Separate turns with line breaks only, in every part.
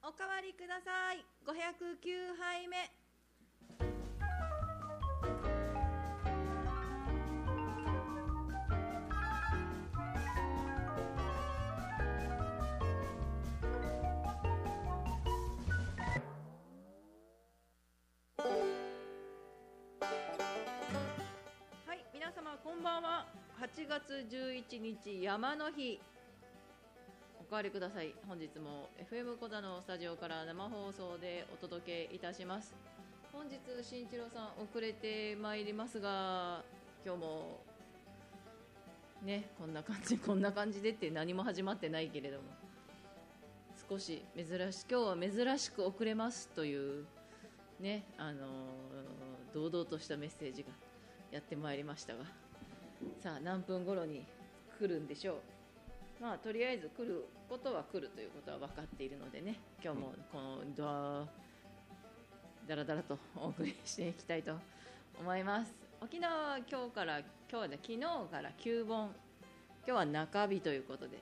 かわりください509杯目はい皆様こんばんは8月11日山の日おかわりください本日も FM 小座のスタジオから生放送でお届けいたします本日新一郎さん遅れてまいりますが今日もねこんな感じ こんな感じでって何も始まってないけれども少し珍し今日は珍しく遅れますというねあのー堂々としたメッセージがやってまいりましたがさあ何分頃に来るんでしょうまあとりあえず来ることは来るということは分かっているのでね今日もこのドアだらだらとお送りしていきたいと思います沖縄は今日から今日はね昨日から9本今日は中日ということで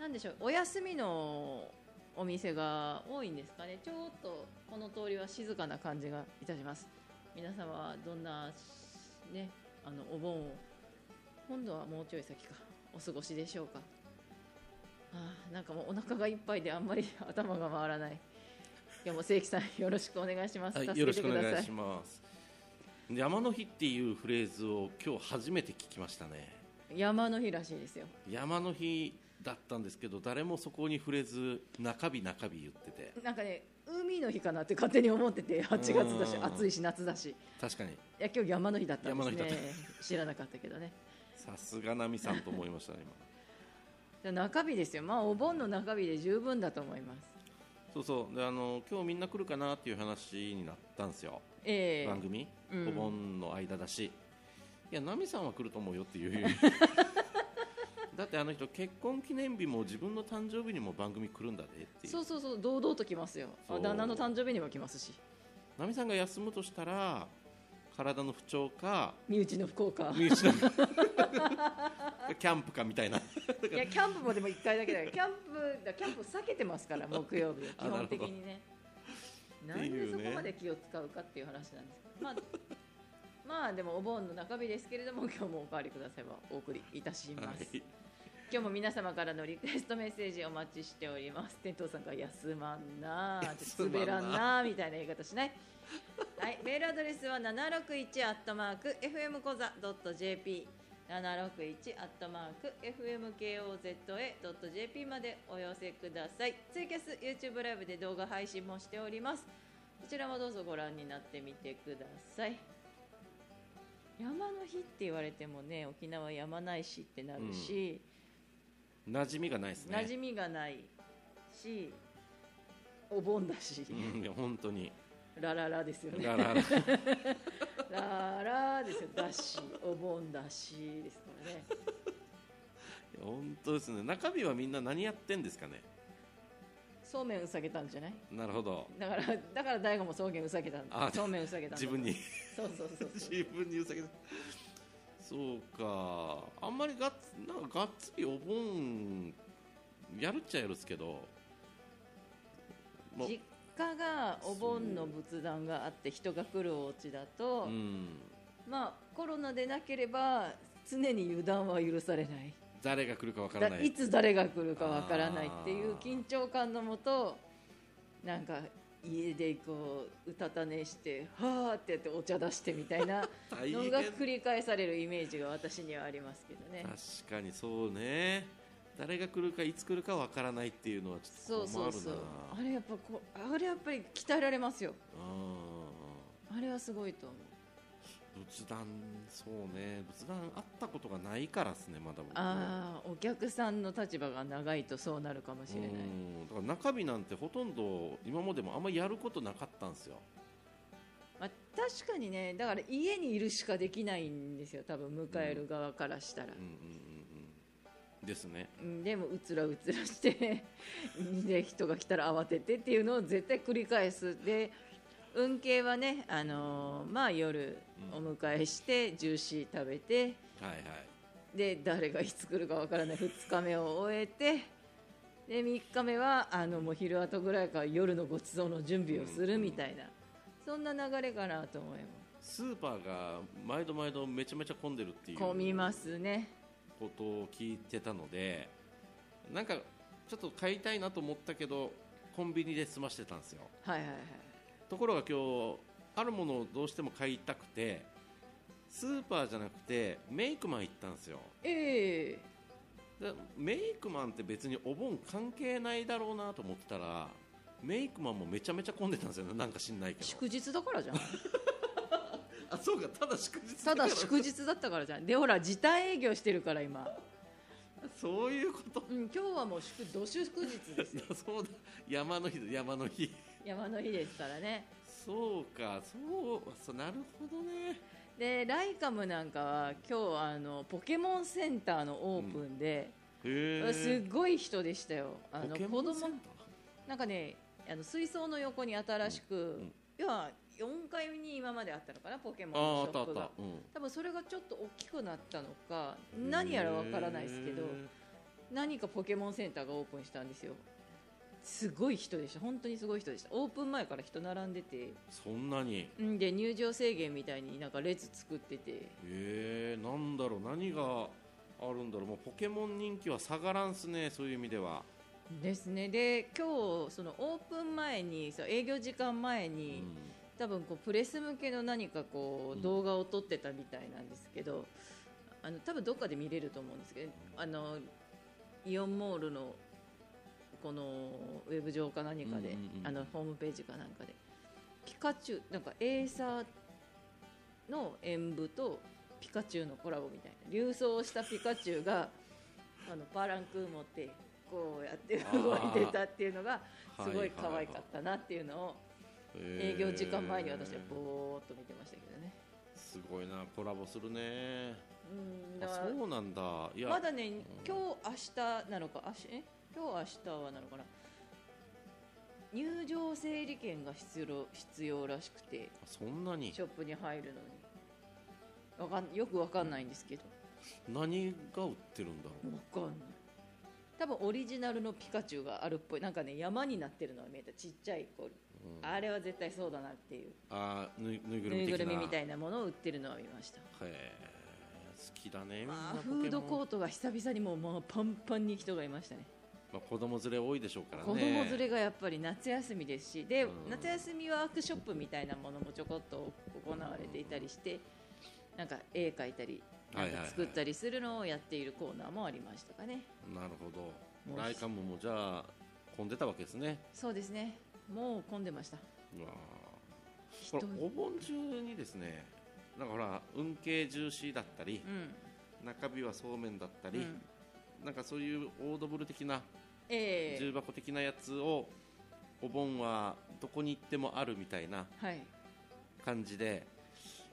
なんでしょうお休みのお店が多いんですかねちょっとこの通りは静かな感じがいたします皆様はどんなねあのお盆を今度はもうちょい先かお過ごしでしょうかあーなんかもうお腹がいっぱいであんまり頭が回らない今日も正規さんよろしくお願いします、
はい、
助
よろ
け
してく
く
お
ださ
願い
い
します。山の日っていうフレーズを今日初めて聞きましたね。
山の日らしいですよ
山の日だったんですけど、誰もそこに触れず、中日中日言ってて。
なんかね海の日かなって勝手に思ってて8月だし
うん
暑いし夏だしい
確かに、
や今日山の日だったんです
山の日だ
ね知らなかったけどね
さすが奈美さんと思いましたね、今。
じゃあ中日ですよまあお盆の中日で十分だと思います
そうそう、で、あの、今日みんな来るかなっていう話になったんですよ。
ええ
番組、
うん
お盆の間だし。いや、奈美さんは来ると思うよっていう。 だってあの人結婚記念日も自分の誕生日にも番組来るんだでっていう
そうそうそう堂々と来ますよあ
そう
旦那の誕生日にも来ますし
ナミさんが休むとしたら体の不調か
身内の福岡
身内の キャンプかみたいない
やキャンプもでも1回だけ だよキャンプだキャンプ避けてますから木曜日
あ
基本的にねな
るほど
んで
っていう
そ
ね
こまで気を使うかっていう話なんですけどまあまあでもお盆の中日ですけれども今日もおかわりくださいはお送りいたします、
はい
今日も皆様からのリクエストメッセージお待ちしております店頭さんが休まんなあ
休まんな
滑らんなあみたいな言い方しないはい、メールアドレスは761アットマーク FM コザドット JP 761アットマーク FMKOZA ドット JP までお寄せくださいツイキャス YouTube ライブで動画配信もしておりますこちらもどうぞご覧になってみてください山の日って言われてもね沖縄山ないしってなるし、
馴染みがないですね
馴染みがないしお盆だし、
うんいや本当に
ラララですよね
ラララ
ララですよだしお盆だしですからね
本当ですね中身はみんな何やってんですかね
そうめんうさげたんじゃない
なるほど
だからだから大悟もそうめんうさげたんだ
あ
そうめんうさげたんだ
自分に
そうそうそうそう
自分に言う先だそうかあんまりがっつなんかがっつりお盆やるっちゃやるっすけどもう
実家がお盆の仏壇があって人が来るお家だと、
うん
まあコロナでなければ常に油断は許されない
誰が来るかわか
だ
らない
いつ誰が来るかわからないっていう
あー
緊張感のもとなんか家でこううたた寝してはーってやってお茶出してみたいな
大
の
変
が繰り返されるイメージが私にはありますけどね
確かにそうね誰が来るかいつ来るかわからないっていうのはちょ
そう
っと
そ
困
う
るな
そうあれやっぱこうあれやっぱり鍛えられますよ
うん
あれはすごいと思う
仏壇そうね仏壇会ったことがないからですねまだ僕
ああお客さんの立場が長いとそうなるかもしれない
うんだから中身なんてほとんど今までもあんまりやることなかったんですよ
まあ、確かにねだから家にいるしかできないんですよ多分迎える側からしたら
うんうんうんうんですね
うんでもうつらうつらして で人が来たら慌ててっていうのを絶対繰り返すで運慶はね、あのーまあ、夜お
うん
迎えしてジューシー食べて
はいはい
で誰がいつ来るかわからない2日目を終えてで3日目はあのもう昼後ぐらいから夜のごちそうの準備をするみたいな、そんな流れかなと思いま
スーパーが毎度毎度めちゃめちゃ混んでるってい
す
う
混みますね
ことを聞いてたのでなんかちょっと買いたいなと思ったけどコンビニで済ましてたんですよ
はいはいはい
ところが今日あるものをどうしても買いたくてスーパーじゃなくてメイクマン行ったんですよ
ええ
でメイクマンって別にお盆関係ないだろうなと思ってたらメイクマンもめちゃめちゃ混んでたんですよねなんか知んないけど
祝日だからじゃん
あ そうかただ祝日
ただ
から
祝日だったからじゃんでほら時短営業してるから今、
そういうこと
うん、今日はもう祝土祝日です よ
そうだ山の日だ山の日
山の日ですからね
そうかそうそうなるほどね
でライカムなんかは今日あのポケモンセンターのオープンで、
へえ
すっごい人でしたよあの
ポケ
子
モン
供
センタ
なんかねあの水槽の横に新しく、
ん
要は4階に今まであったのかなポケモン
ーああ
の
あっ
シ
た
ョッ
あ
プが
った、うん、
多分それがちょっと大きくなったのか何やらわからないですけど
へー
何かポケモンセンターがオープンしたんですよすごい人でした本当にすごい人でしたオープン前から人並んでて
そんなに
うんで入場制限みたいになんか列作ってて
えー、なんだろう何があるんだろうもうポケモン人気は下がらんすねそういう意味では
ですねで今日そのオープン前にそう営業時間前
う
に、
ん
多分こうプレス向けの何かこ
うん
う動画を撮ってたみたいなんですけど、あの多分どっかで見れると思うんですけどあのイオンモールのこのウェブ上か何かで、
うんうんうん
あのホームページかなんかでピカチュウなんかエーサーの演舞とピカチュウのコラボみたいな流走したピカチュウがあのパーランクー持ってこうやって動いてたっていうのが
あー
すごい可愛かったなっていうのを。営業時間前に私は
え
ぼーっと見てましたけどね。
ーすごいなコラボするね
うん、
あ
だから
そうなんだいや、
まだね、今日明日なのか、あしえ今日明日はなのかな。入場整理券が必要必要らしくて、
そんなに
ショップに入るのに。わかんよくわかんないんですけど、
何が売ってるんだろ
わかんない。多分オリジナルのピカチュウがあるっぽい、なんかね、山になってるのが見えた、ちっちゃい子、
う、うん
あれは絶対そうだなっていう、
あーぬいぬいぐる
ぬ
み
いぐるみみ
的な
た
へ
いなものを売ってるのは見ました。
え好きだねみんな
まあ、
ポケモン
フードコートが久々にもうまあパンパンに人がいましたね
まあ、子供連れ多いでしょうからね
子供連れがやっぱり夏休みですしで、
うん
夏休みワークショップみたいなものもちょこっと行われていたりしてなんか絵描いたり
は
ないん
はいはい
か作ったりするのをやっているコーナーもありましたかね、
なるほど
もう
ライカムもじゃあ混んでたわけですね
そうですねもう混んでました
うわー
人
これ
うん
お盆中にですねなんかほら運慶重視だったり、中身はそうめんだった
う
り、
ん
なんかそういうオードブル的な
ええ
重箱的なやつをお盆はどこに行ってもあるみたいな
はい
感じで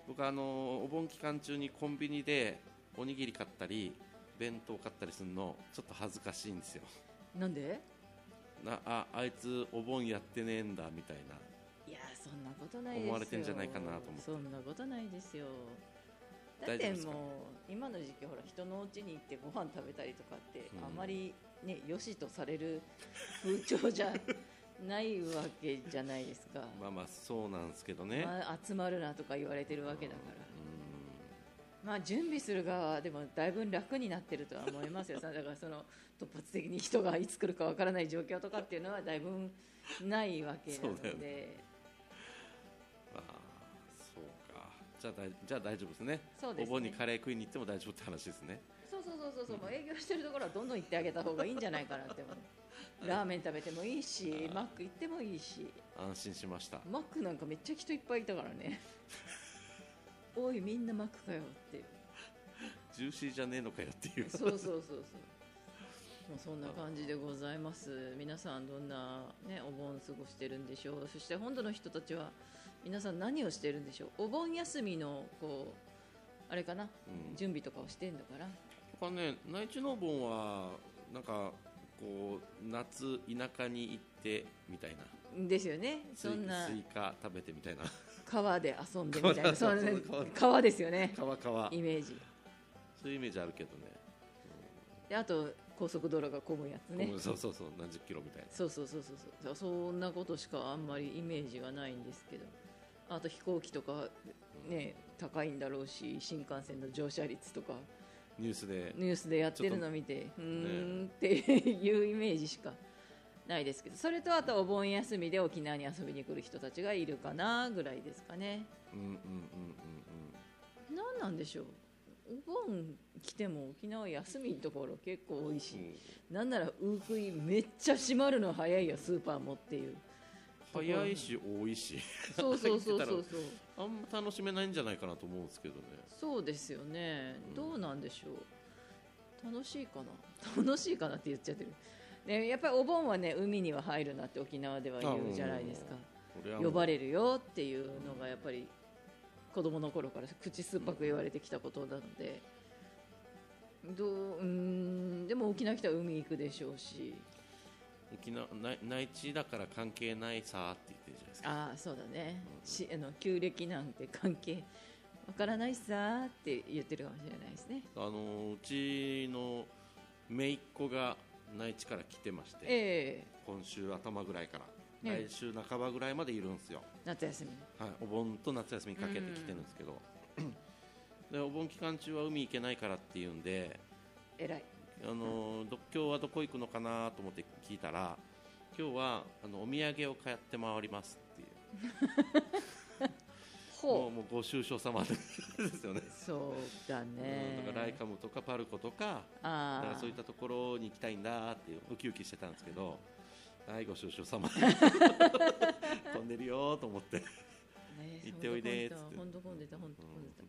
僕あのお盆期間中にコンビニでおにぎり買ったり弁当買ったりするのちょっと恥ずかしいんですよ
なんで
なああいつお盆やってねえんだみたいない
やそんなことないですよ
思われてんじゃないかなと思って
そんなことないですよだっ
大丈夫
て
ですか
もう今の時期ほら人の家に行ってご飯食べたりとかって
うん
あまりね、良しとされる風潮じゃないわけじゃないですか、
まあまあそうなんですけどね、
まあ集まるなとか言われてるわけだか
う
ら、まあ、準備する側はでもだいぶ楽になってるとは思いますよさだからその突発的に人がいつ来るかわからない状況とかっていうのはだいぶないわけなの
そうだよ
で
んああそうかじゃあ大じゃあ大丈夫ですね
そうですね
お盆にカレー食いに行っても大丈夫って話ですね
そうそうそうそうそう、もう営業してるところはどんどん行ってあげた方がいいんじゃないかなって思う。ラーメン食べてもいいし、マック行ってもいいし、
安心しました
マックなんかめっちゃ人いっぱいいたから ね。おいみんなマックかよっていう。
ジューシーじゃねえのかよっていう
そうそうそうそう。 もうそんな感じでございます。皆さんどんなねお盆過ごしてるんでしょう。そして本土の人たちは皆さん何をしてるんでしょう。お盆休みのこうあれかな、
うん
準備とかをしてんのかな。
他ね内地のお盆はなんかこう夏田舎に行ってみたいな
ですよね。
ス
そ
イ
んな
スイカ食べてみたいな
川で遊んでみたいなそ
川
う
で
ね
川で
川ですよね
川川
イメージ
そういうイメージあるけどね
であと高速道路が混むやつね
そうそうそう何十キロみたいな
そうそうそうそうそうそんなことしかあんまりイメージがないんですけどあと飛行機とかね高いんだろうし新幹線の乗車率とか
ニュースで
ニュースでやってるの見てうーんっていうイメージしかないですけどそれとあとお盆休みで沖縄に遊びに来る人たちがいるかなぐらいですかね
うんうんうんうん
何なんでしょうお盆来ても沖縄休みのところ結構多いし、
うん
なんならウークイめっちゃ閉まるの早いよスーパーもっていう
早いし多いし
そうそうそうそうそう
あんま楽しめないんじゃないかなと思うんですけどね
そうですよね
うん
どうなんでしょう楽しいかな楽しいかなって言っちゃってる、ね、やっぱりお盆はね海には入るなって沖縄では言うじゃないですか
これはも
呼
う
ばれるよっていうのがやっぱり子供の頃から口酸っぱく言われてきたことなのでどううーんでも沖縄来たら海行くでしょうし
沖縄内内地だから関係ないさーって言ってるじゃないですか
ああそうだねしあの旧暦なんて関係わからないさーって言ってるかもしれないですね
あのうちの姪っ子が内地から来てまして、
ええ
今週頭ぐらいから、
ええ
来週半ばぐらいまでいるんですよ、
夏休み
はい、お盆と夏休みにかけて来てるんですけど、でお盆期間中は海行けないからっていうんで、
えらい
あのど今日はどこ行くのかなと思って聞いたら今日はあのお土産を買って回りますっていうもう
ほ
もうご愁傷様ですよね、
うそうだね
うん、だからライカムとかパルコとかだか
あ
ら
あ
そういったところに行きたいんだっていうウキウキしてたんですけどはいご愁 傷様飛んでるよーと思って
ね
行っておいでーっつって
ほんと混んでたほんと混んでたう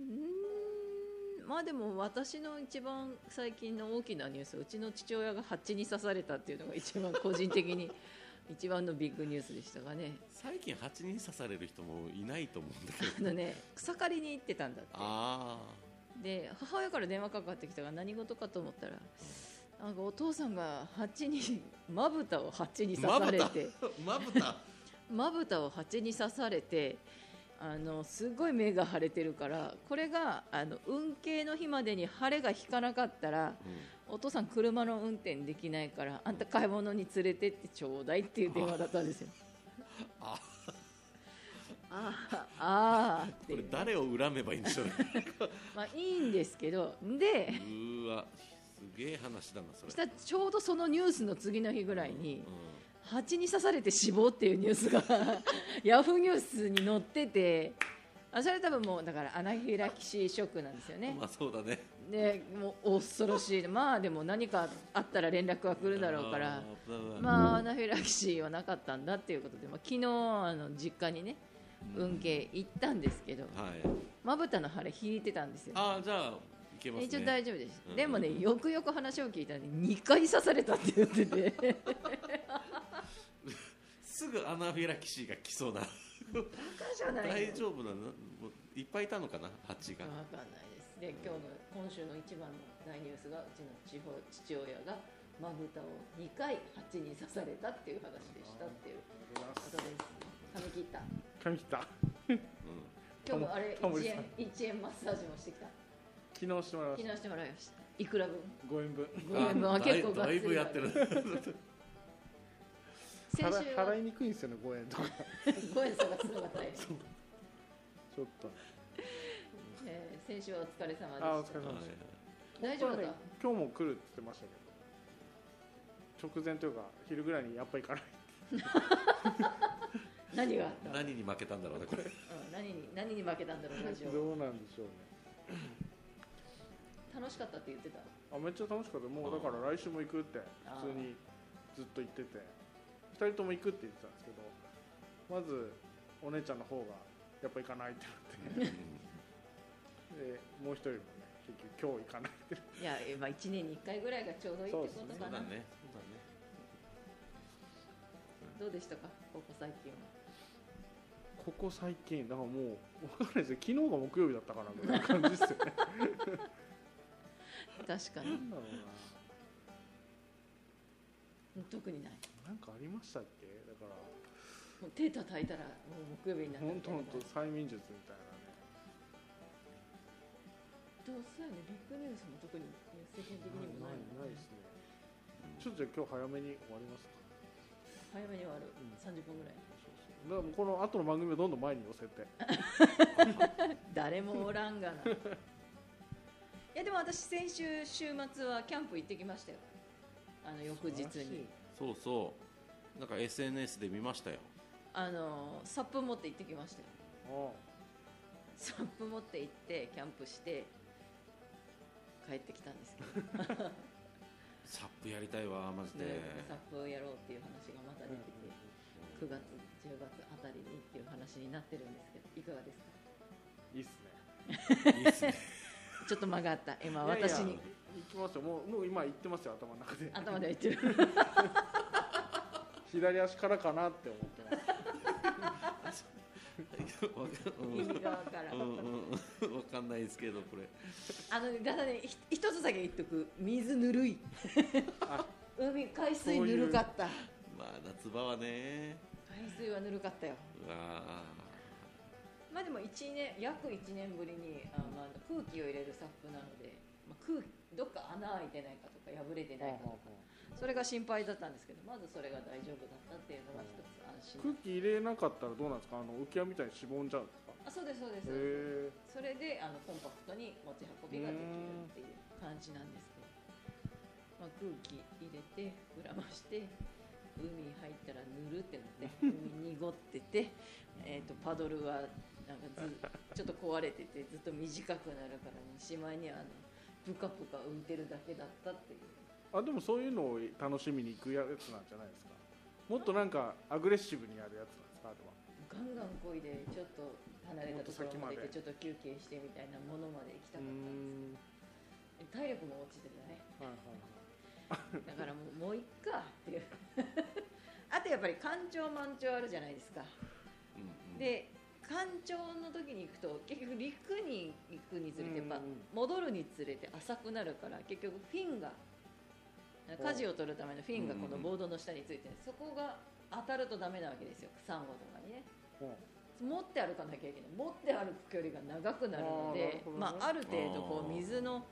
ーんまあでも私の一番最近の大きなニュースうちの父親が蜂に刺されたっていうのが一番個人的 に一番のビッグニュースでしたがね
最近蜂に刺される人もいないと思うんだけど
あのね草刈りに行ってたんだって
あ
で母親から電話かかってきたから何事かと思ったらなんかお父さんが蜂にまぶたを蜂に
あ
刺
ま
さ
ぶ
れ
た
て
ま ぶた
まぶたを蜂に刺されてあのすごい目が腫れてるからこれがあの運慶の日までに腫れが引かなかったらお父さん車の運転できないからあんた買い物に連れてってちょうだいっていう電話だったんですよ。
あ
ああああっ
こ
てい
れ
う
誰を恨めばいいんでしょうね
まあいいんですけどで
うーわすげえ話だなそれ
したちょうどそのニュースの次の日ぐらいに、
うん
蜂に刺されて死亡っていうニュースが ヤフーニュースに載っててあそれ多分もうだからアナフィラキシーショックなんですよね
まあそうだね
でもう恐ろしいまあでも何かあったら連絡は来るだろうから
あー
まあアナフィラキシーはなかったんだっていうことで、まあ、昨日あの実家にね運慶行ったんですけど
はい
まぶたの腫れ引いてたんですよ
あーじゃあいけますね
一応大丈夫です、
うん
でもねよくよく話を聞いたら、ね、2回刺されたって言ってて
すぐアナフィラキシーが来そうな
じゃないよ
大丈夫なのもういっぱいいたのかな蜂が
わかんないですで今日の今週の一番の大ニュースがうちの地方父親がまぶたを2回蜂に刺されたっていう話でしたっていうことです髪切った
髪切った
う
今日もあれ
タモリ
1
さん
円一円マッサージもしてきた
昨日してもらいま
昨日
し
してもらいましたいくら分
た5円分
ん
5円分
あ
は
だい
結構ガッ
だ
ツ
い
リ
ぶやってる
先
払
週は
払いにくいんですよね5円とか
5円探すのが大変、
ちょっと
えー、先週はお疲れ様
あお
でし
疲れ様でした
大丈夫だ
これね今日も来るって言ってましたけど直前というか昼ぐらいにやっぱ行かない
何があった、う
はい
ん、
何に負けたんだろうね これ
何に何に負けたんだろうラジオ
どうなんでしょうね
楽しかったって言ってた
あめっちゃ楽しかったもうだから来週も行くって
あー
普通にずっと言ってて2人とも行くって言ってたんですけどまずお姉ちゃんの方がやっぱ行かないってなってでもう一人もね結局今日行かないって
いや、えまあ、1年に1回ぐらいがちょうどいいってこ
そうで
と
そ
す
か
う
な、
だね
どうでしたかここ最近は
ここ最近だからもう分かんないですよ昨日が木曜日だったからみたいな感じですよね
確か
な
に
んだろ
特にないう
ななんかありましたっけだから
もう手叩いたらもう木曜日になった
本
み
当
たいな
本当催眠術みたいなね
どうそうやねビッグニュースも特に世間的にもないもん
ない
ね
ですねちょっとじゃあ今日早めに終わりますか
早めに終わる、
うん
30分ぐらい
だからもうこの後の番組をどんどん前に寄せて
誰もおらんがないやでも私先週週末はキャンプ行ってきましたよあの翌日
素晴らし
に
い
そうそうなんか SNS で見ましたよ
あのサップ持って行ってきましたよ
ああ
サップ持って行ってキャンプして帰ってきたんですけど、
サップやりたいわマジで、
ねサップをやろうっていう話がまた出てて、9月10月あたりにっていう話になってるんですけどいかがですか
いいっすね
いいっすね
ちょっと間があった今私に
いやいや行きますよもうもう今行ってますよ頭の中 で
頭では言ってる
左足からかなって思ってます
わかうん
意味がわからん、
うんうん、 わかんないですけどこれ
あのだからねひ一つだけ言っとく水ぬるい
あ
海海水ぬるかった
まあ夏場はね
海水はぬるかったよ
うわ
まあでも一年約1年ぶりにあ、まあ、空気を入れるサップなので、まあ、空どっか穴開いてないかとか破れてないかとかそれが心配だったんですけどまずそれが大丈夫だったっていうのが一つ安
空
心
気入れなかったらどうなんですかあの浮き輪みたいにしぼんじゃうんですか
あそうですそうですそうです
へ
それであのコンパクトに持ち運びができるっていう感じなんですけど、まあ、空気入れて膨らまして海入ったらぬるってなって海濁ってて、 えー、とパドルはなんか ずちょっと壊れててずっと短くなるからもうしまいにはあのプカプカ浮いてるだけだったっていう
ーあでもそういうのを楽しみに行くやつなんじゃないですかもっとなんかアグレッシブにやるやつなんですかあれは
ガンガンこいでちょっと離れたところまで行
もっと先まで
ってちょっと休憩してみたいなものまで行きた
う
かったんです
ん
体力も落ちてたね
はいはい
だからもうもういっかっていう あとやっぱり干潮満潮あるじゃないですか、
ーうんうん
で干潮の時に行くと結局陸に行くにつれてやっぱ
うんうん
戻るにつれて浅くなるから結局フィンが舵を取るためのフィンがこのボードの下についてるそこが当たるとダメなわけですよサンゴとかにね
はい
持って歩かなきゃいけない持って歩く距離が長くなるの
あーなる
で
ほどね
まあ、ある程度こ
あ
う
ー
水の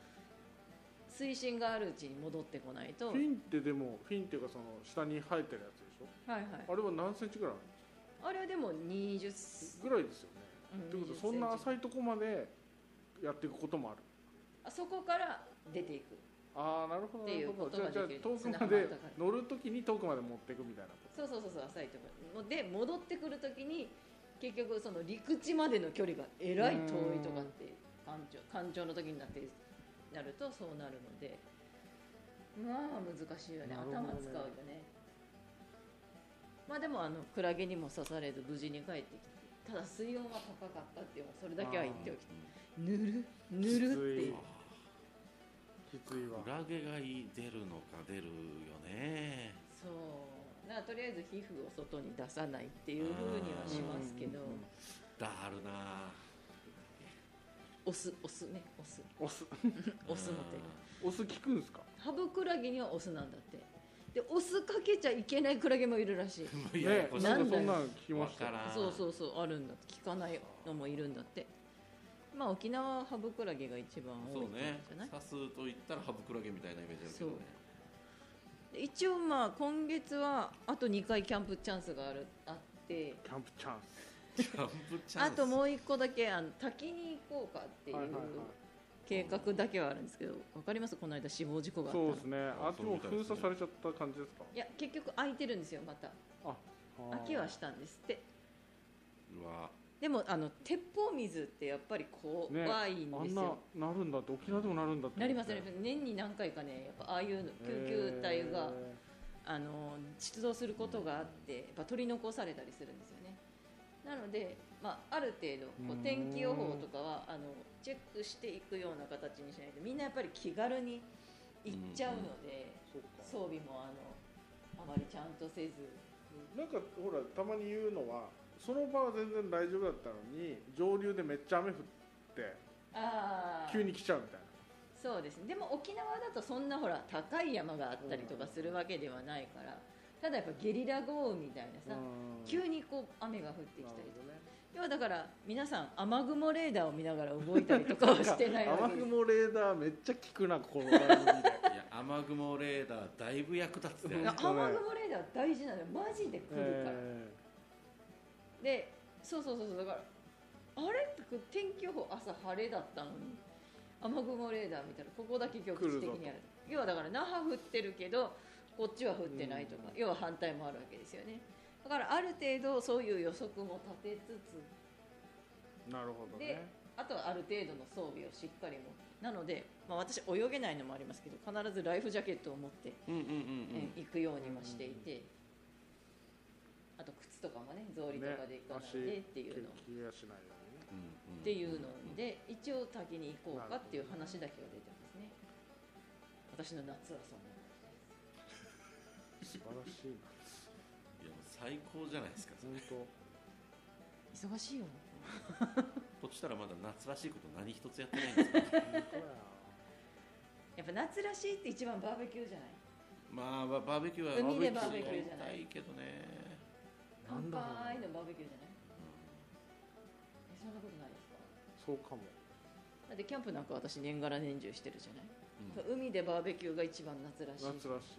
水深があるうちに戻ってこないと
うん
は
フ
い
ィンってでもフィンっていうかその下に生えてるやつでしょ
はい
あれは何センチぐらいあ
あれは
るんで
でも20
すかぐらいですよね
うん
ってこと
20
はそ
セ
んな
ンチ
浅いとこまでやっていくこともある
あそこから出ていく
ああなるほど
って
ないる
う
ほ
こ
ど
と
じ
が
ゃあじゃあ
できる
遠くま
砂浜
で
とかで
乗るときに遠くまで持っていくみたいな
そうそうそうそう浅いところで戻ってくるときに結局その陸地までの距離がえらい遠いとかって干潮干潮の時になってなるとそうなるのでまあ難しいよね
なるほど
頭
ね
使うよねまあでもあのクラゲにも刺されず無事に帰ってきてただ水温は高かったっていうそれだけは言っておきたいぬるぬるっていう
ききついわ
クラゲがい出るのか出るよね
そうだからとりあえず皮膚を外に出さないっていうふうにはしますけど
うんうんうん
だるな
オスオスねオス
オス
オスの手
オス効くんですか
ハブクラゲにはオスなんだってでオスかけちゃいけないクラゲもいるらしい
手
ね
いややこしい
な
なんん
だ
かそんなん聞きま
わ
した
か
よ
らん
そうそうそうあるんだって聞かないのもいるんだってまあ沖縄はハブクラゲが一番多
そ
いうってこと
ね
じゃない、
刺すと言ったらハブクラゲみたいなイメージあるけどね
で一応まあ今月はあと2回キャンプチャンスがあるあって
キャンプチャン
キ
ス
ャンプチャンス
あともう一個だけあの滝に行こうかっていう
はいはいはい
計画だけはあるんですけどわかりますこの間死亡事故があったの
そうですねあっちもう封鎖されちゃった感じですか
いや結局空いてるんですよまた
あー
空きはしたんですって
うわ
でもあの鉄砲水ってやっぱり
ね
怖いん
あ
です
ん
よ、
ななるんだって沖縄でもなるんだって
なりますなります年に何回かねやっぱああいうの救急隊が、
へ
あの出動することがあってやっぱ取り残されたりするんですよねなので、まあ、ある程度こ
う
うん天気予報とかはあのチェックしていくような形にしないとみんなやっぱり気軽に行っちゃうので、
ーそうか
装備もあのあまりちゃんとせず
なんかほらたまに言うのはその場は全然大丈夫だったのに上流でめっちゃ雨降って
あー
急に来ちゃうみたいな
そうですねでも沖縄だとそんなほら高い山があったりとかするわけではないから、ただやっぱゲリラ豪雨みたいなさ、
うん
急にこう雨が降ってき
な
た
る
りと
ほ
か
どね
要はだから皆さん雨雲レーダーを見ながら動いたりとかはしてないわけ
雨
です
雲レーダーめっちゃ効くなこの番組で
いや雨雲レーダーだいぶ役立つね
いや雨雲レーダー大事なのよマジで来るから、
え
でそうそうそうそうだからあれって天気予報朝晴れだったのに雨雲レーダー見たらここだけ局地的にある要はだから那覇降ってるけどこっちは降ってないとか、
う
要は反対もあるわけですよねだからある程度そういう予測も立てつつ
ー なるほど
で
ね
あとはある程度の装備をしっかり持ってなので、まあ、私泳げないのもありますけど必ずライフジャケットを持って、
うんうんうん
え行くようにもしていて、あと靴とかもね草履とかで行かないでっていうのを、
気がしないようにね
うんうん
っていうので一応滝に行こうかっていう話だけは出てますね私の夏はそんな
素晴らしいない
やもう最高じゃないですか
本当
忙しいよ
こっちたらまだ夏らしいこと何一つやってないんですから
本当や
やっぱ夏らしいって一番バーベキューじゃない
まあババーベキューは
海で
バーベ
バーベキューじゃない
やりたいけどね
な
乾
んだろう
杯のバーベキューじゃないえそんなことないですか
そうかも
だってキャンプなんか私年がら年中してるじゃない、
うん
海でバーベキューが一番夏らしい
夏らしい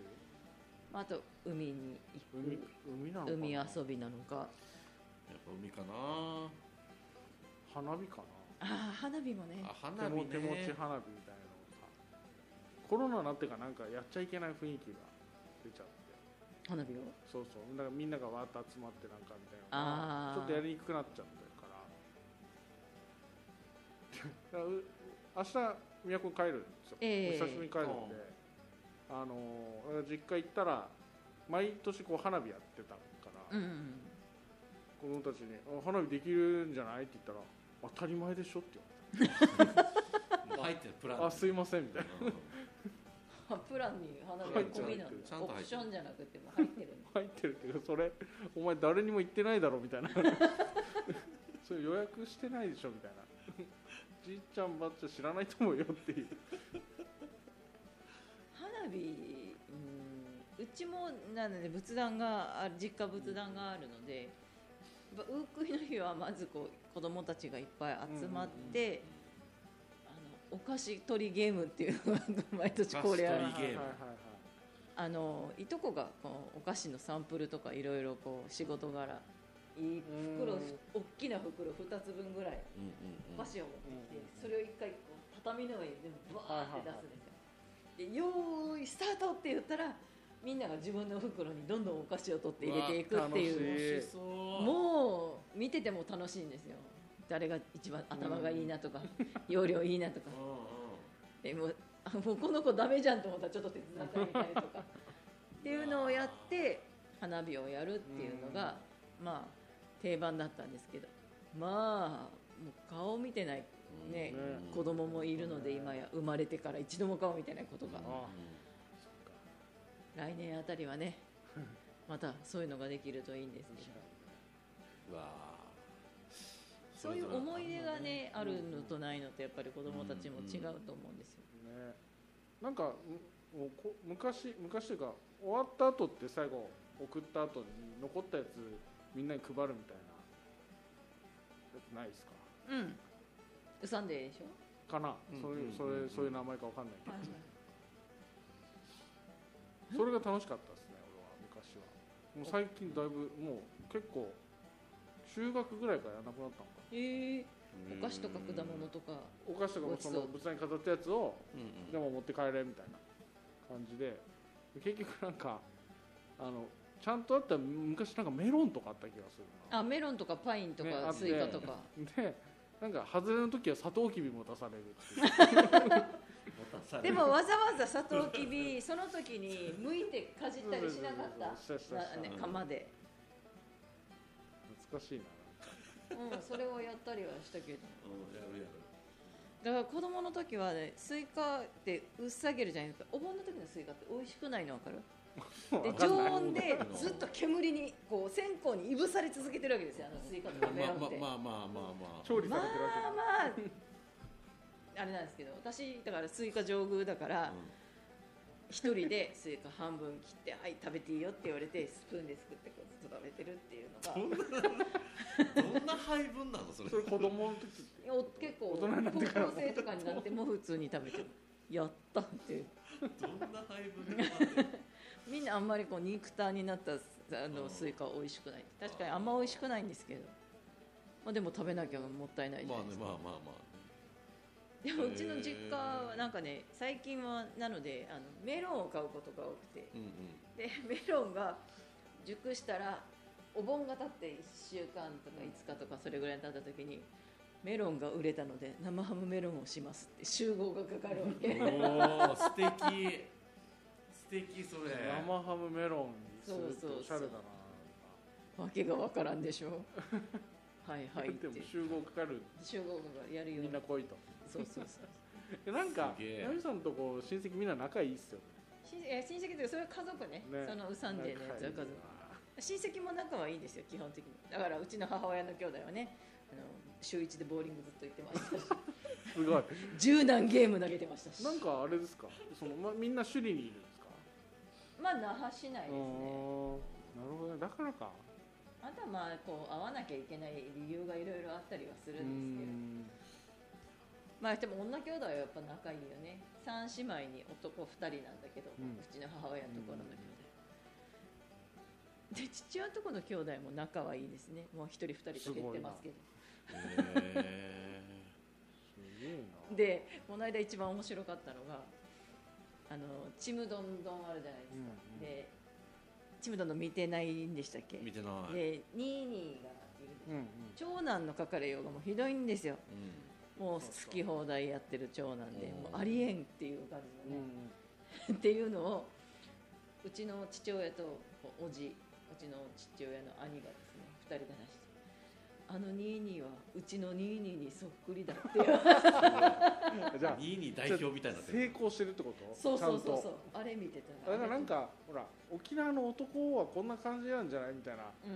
まあ、あと海に行
海
く
海なのかな
海遊びなのか
やっぱ海かな
花火かな
ああ花火もね
あ
手
花火
も
ね
手持ち花火みたいなのさコロナになってからなんかやっちゃいけない雰囲気が出ちゃって
花火を
そうそうだからみんながわーっと集まってなんかみたい
あ
な
ー
のがちょっとやりにくくなっちゃってるから だからう明日宮古帰るんですよ、
ええ
お久しぶりに帰るんで、あのー実家行ったら毎年こう花火やってたから、
うんうんうん
子供たちにあ「花火できるんじゃない?」って言ったら「当たり前でしょ」って
もう入ってるプラン
言われて「あすいません」みたいな
うん
あ プランに花火が込みなの
入っ
ちゃう入ってる
オプションじゃなくてもう入ってるんだ
入ってるけどそれお前誰にも言ってないだろみたいなそれ予約してないでしょみたいなじいちゃんばっちゃん知らないと思うよっていう
花火うんうちもなので仏壇があ実家仏壇があるのでやっぱウークイの日はまずこう子供たちがいっぱい集まって、あのお菓子取りゲームっていうのが毎年恒例ある
お菓子取りゲーム
はいはい
あのいとこがこうお菓子のサンプルとかいろいろこう仕事柄いい袋
うん
大きな袋2つ分ぐらい
うんうん
お
う
菓
ん
子を持ってき
うん
てそれを一回こう畳の上に全部バーって出すんですよ。で「よーいスタート!」って言ったらみんなが自分の袋にどんどんお菓子を取って入れていくっていう
う
美
え
味しそう
もう見てても楽しいんですよ誰が一番頭がいいなとか、容量いいなとか
うんうん
でもうあもうこの子ダメじゃんと思ったらちょっと手伝ってあげたりとかっていうのをやって花火をやるっていうのが、まあ定番だったんですけどまあもう顔見てないね
ね
子供もいるので
うん
今や生まれてから一度も顔見てないことが
あ
来年あたりはねまたそういうのができるといいんですけど
うわ
そういう思い出がねあ
それ
る
ぞれ
のとないのとやっぱり子供たちも違うと思うんですよ
ねなんかむもうこ昔昔というか終わった後って最後送った後に残ったやつみんなに配るみたいなやつないですか
うんうさんでいいでしょ
かな、
うん
そう
うんうん
いううんそれそういう名前かわかんないけど、
はいはい
それが楽しかったですね俺は昔はもう最近だいぶもう結構中学ぐらいからやらなくなったのかな
ええお菓子とか果物とか
お菓子とかもその
ごちそう
仏壇に飾ったやつを
うん
でも持って帰れみたいな感じで結局なんかあのちゃんとあった昔なんかメロンとかあった気がするな
あメロンとかパインと
ねあ
か
って
スイカとか
でなんか外れの時はサトウキビも出されるっていう
持たされ
で
る
もわざわざサトウキビその時に剥いてかじったりしなかった
そうそうそうそうしたしたした
なね釜で、
懐かしいな
うん、それをやったりはしたけど
うんやるやる
だから子供の時はねスイカってうっさげるじゃないですかお盆の時のスイカって美味しくないの分かるで
わかん
常
ない
温で ずっと煙にこう線香にいぶされ続けてるわけですよあのスイカとかメロンって
まあまあまあまあまあ
調理
ま
さ
あ
れてるわけだ
まああれなんですけど私だからスイカ上宮だから、
うん
一人でスイカ半分切って「はい食べていいよ」って言われてスプーンですくってこうずっと食べてるっていう
ど
の
ん
が
などんな配分なのそれ
それ子供の時って
お結構
大人になってから
高校生とかになっても普通に食べてるやったっていう
どんな配分で困ってる
みんなあんまりこう肉体になったあ
う
の
ん
スイカは美味しくない確かにあんま美味しくないんですけど、まあ、でも食べなきゃもったいないじゃな
まあ
い
ね
ですか、
まあまあまあ
でもうちの実家は
へー
なんかね最近はなのであのメロンを買うことが多くて
うんうん
で メロンが熟したらお盆が経って1週間とか5日とかそれぐらい経った時にメロンが売れたので生ハムメロンをしますって集合がかかるわ け
おお素敵素敵それ
生ハムメロンにするって
そうそう
おしゃれだな
わけがわからんでしょはいはいっ
で
て
も集合かかる
集合がやるよ
みん
う
な
な
来いと
そうそうそう
えなんか
すげえ
ナミさんとこ親戚みんな仲いいっすよ
親戚え親戚というかそれは家族ね
ね
そのウサンデーのやつは家
仲
族
いい
親戚も仲はいいんですよ基本的にだからうちの母親の兄弟はねあの週一でボーリングずっと行ってましたし
なすごい
柔軟ゲーム投げてましたし
なんかあれですかその、ま、みんな首里にいるんですか
まあ那覇市内です
うー
ね
んなるほどねだからか
あとはまあこう会わなきゃいけない理由がいろいろあったりはす
う
る
ー
んですけど
ん
まあでも女兄弟はやっぱ仲いいよね三姉妹に男二人なんだけど、う
うん
ちの母親のところの兄弟、で父親のところの兄弟も仲はいいですねもう一人二人と減ってますけど
へ
すげえな
でこの間一番面白かったのがあのちむどんどんあるじゃないですか、
うんうん
でちむどんどん見てないんでしたっけ
ー見てない、
でニーニーがいるでしょ
うんう
長
ん
男の書かれようがもうひどいんですよ
う
もう好
そうそう
き放題やってる長男で
うん
もうありえんっていう感じ
う
の
ん
ね、っていうのをうちの父親とおじうちの父親の兄がですね二人で話してあのニーニーはうちのニーニーにそっくりだっていう
うんじゃあ
ん、2位に代表みたいになって
成
る
功してるってこと
そうそうそう
ちゃ
そ
ん
うあれ見てた
とあれなん
あ
かほら沖縄の男はこんな感じなんじゃないみたいな
れうん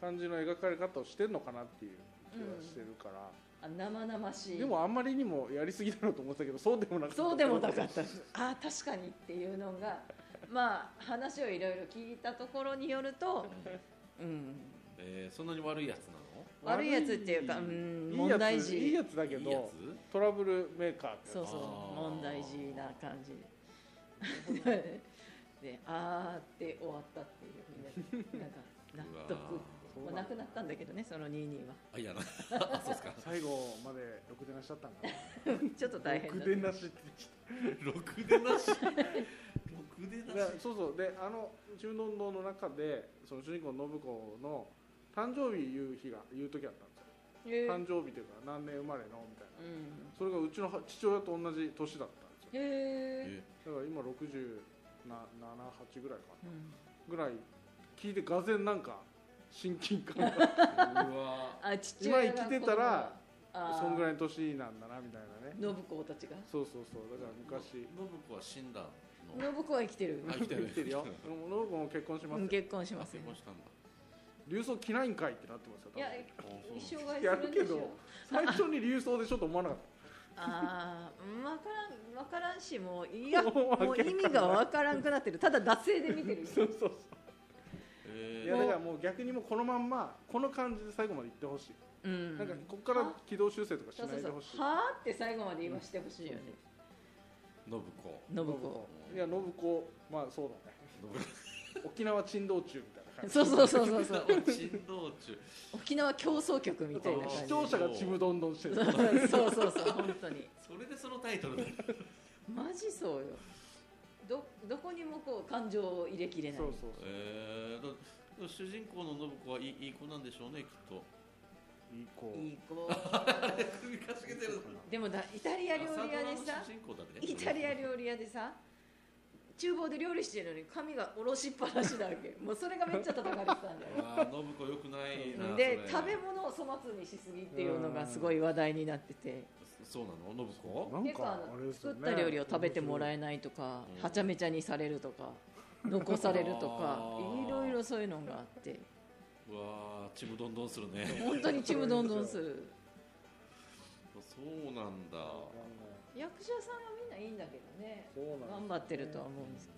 感じの描かれ方をしてるのかなっていう気がしてるから、
あ生々しい
でもあんまりにもやりすぎだろうと思ってたけどそうでもなかった
そうでもなかったあー確かにっていうのがまあ話をいろいろ聞いたところによると、
うん
うん、
えー、そんなに悪いやつなの
悪いやつっていうか、うん、
いい
問
や
題
ついい
児
やつだけ
いいや
ど
つ
トラブルメーカーって
そうそう
あー
問題児な感じ でであーって終わったっていうねなんか納得
うわ
もう亡くなったんだけどねその22は
ーあいやな あそうっすか
最後までろくでなしちゃったんだな
ちょっと大変
ろ
だ
くでなしって
ろくでなしろくで
で
なし
そうそうであの「ちむどんどん」の中でその主人公の信子の誕生日言う日が言う時あったんですよ
へー
誕生日というか何年生まれのみたいな
うん
それがうちの母父親と同じ年だったんですよ
へえ、
え
だから今678ぐらいか
う
な
ん、
ぐらい聞いてがぜんなんか親近感 が
うわ
あ父親が
今生きてたら
このあー
そんぐらいの年なんだなみたいなね
信子たちが
そうそうそうだから昔
信子は死んだ の
信子は生きてる
あ生きてる
生きてるよでも信子も結婚しま
うん
すよ
結婚し
あ
ます
結
よ
婚したんだ
流装着ないんかいってなってますよ多
い
分
や
あそう
一生涯
や
する
る
ん
け
でしょ
ど最初に流装でしょと思わなかっ
ああ分からん分からんしもうい やも
わけわ
う
かんない
意味が分からんくなってるただ惰性で見てる
たそうそうそ
えー
ういやだからもう逆にもうこのまんまこの感じで最後までいってほしい、
うん
なんかここから軌道修正とかし
そう
な
そう
い
そ
で
う
ほしい
はあって最後まで言わしてほしいよね
信子
信
信
子
子いや信子まあそうだね沖縄珍道中みたいな感じ
そうそうそうそうそう
そう珍道中
沖縄競争曲みたいな
そう
感
視
じ
聴者がちむどんどんしてる
そうそうそう本当に
それでそのタイトルだ
マジそうよどどこにもこう感情を入れきれない
そうそうそう
えー、だだ主人公の信子はいいいい子なんでしょうねきっと
いい子
いい子
首かしげてる
でもだイタリア料理屋で
朝ド
さ
ラの主人公だね
イタリア料理屋でさ厨房で料理してるのに髪が下ろしっぱなしだわ けもうそれがめっちゃ叩かれてたんだよ
うわー信子よくないな
で
それ
食べ物を粗末にしすぎっていうのがすごい話題になってて
そうなの信子
なん
結構あ
かあれ
の
ですよ
作
ね
った料理を食べてもら
え
えないとか
うん
はちゃめちゃにされるとか残されるとか
あー
いろいろそういうのがあって
うわーちむどんどんするね
本当にちむどんどんする
そうなんだ
わかんない
役者さんはみんないいんだけどね
そうなんですよね
頑張ってるとは思うんですけ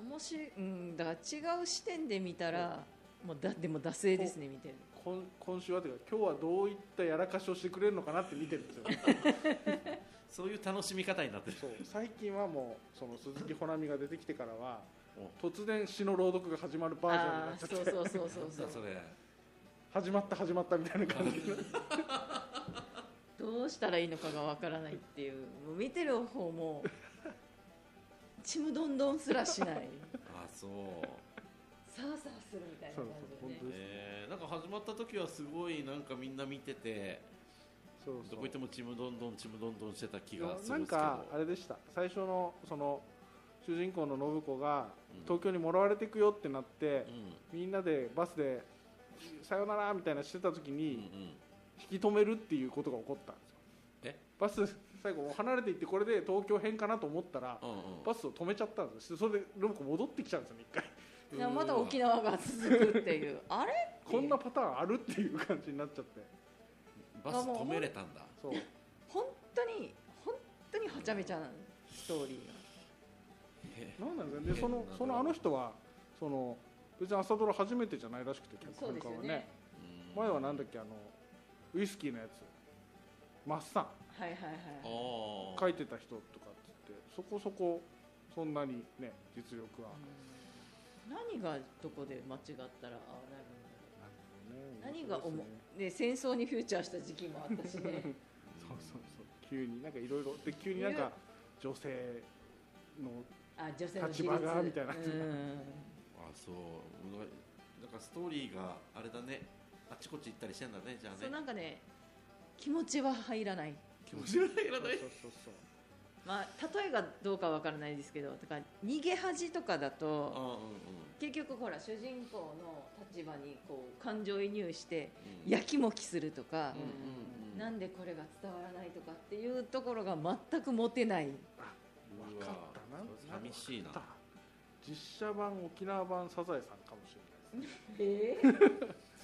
ど面白いうんだから違う視点で見たらもうだでも惰性ですね見てる
今今週はというか今日はどういったやらかしをしてくれるのかなって見てるんですよ
そういう楽しみ方になってる
そう最近はもうその鈴木保奈美が出てきてからは
お
突然詩の朗読が始まるバージョンにな
あ
っ
あ
ちゃって
そうそうそうそう
なん
そ
だ
う
それ
始まった始まったみたいな感じ で
どうしたらいいのかがわからないっていうもう見てる方もちむどんどんすらしない
あそう
サワサワするみたいな感じでね
そうそう本
えー、なんか始まった時はすごいなんかみんな見てて
そうそう
どこ行ってもちむどんどんちむどんどんしてた気がす
な
るん
ん
ですけど
かあれでした最初のその主人公の信子が東京にもらわれていくよってなって
う、ん
みんなでバスでさよならみたいなしてた時
うんう
に
ん
引き止めるっていうことが起こったんですよ
え
バス最後離れていってこれで東京編かなと思ったら
うんうん
バスを止めちゃったんですよそれで信子戻ってきちゃうんですよね一回
うん
でもまた沖縄が続くっていうあれ
こんなパターンあるっていう感じになっちゃって
バス止めれたんだ
そう
本当に本当にはちゃめちゃなストーリーが
へ
なんなんですかねでその
変な
そのあの人はその別に朝ドラ初めてじゃないらしくて脚
そう
本
です
家
よ
はね
ね
うん
前は
あ
なんだっけあのウイスキーのやつマッサン
はいはいはい
あ
書いてた人とかっつってそこそこそんなにね実力は、
うん何がどこで間違ったらああなるんだろう
なる
何が
ほどね
思
面白いですね
う、ね、戦争にフューチャーした時期もあったしね
そうそうそう急になんかいろいろで急になんか女性の
あ女性の自
立場がみたいな
うん
あそうなんかストーリーがあれだねあちこち行ったりしてんだねじゃ
そう
あ
な
ね
んかね気持ちは入らない
気持ちがいらない
そうそうそう
まあ例えがどうかわからないですけどだから逃げ恥とかだ
ああ
と
うんうん
結局ほら主人公の立場にこう感情移入して
うん
やきもきするとか
うん、うんうん
なんでこれが伝わらないとかっていうところが全く持てない
う
分
わ
かったな
寂しいな
分かった実写版沖縄版サザエさんかもしれないです ね
え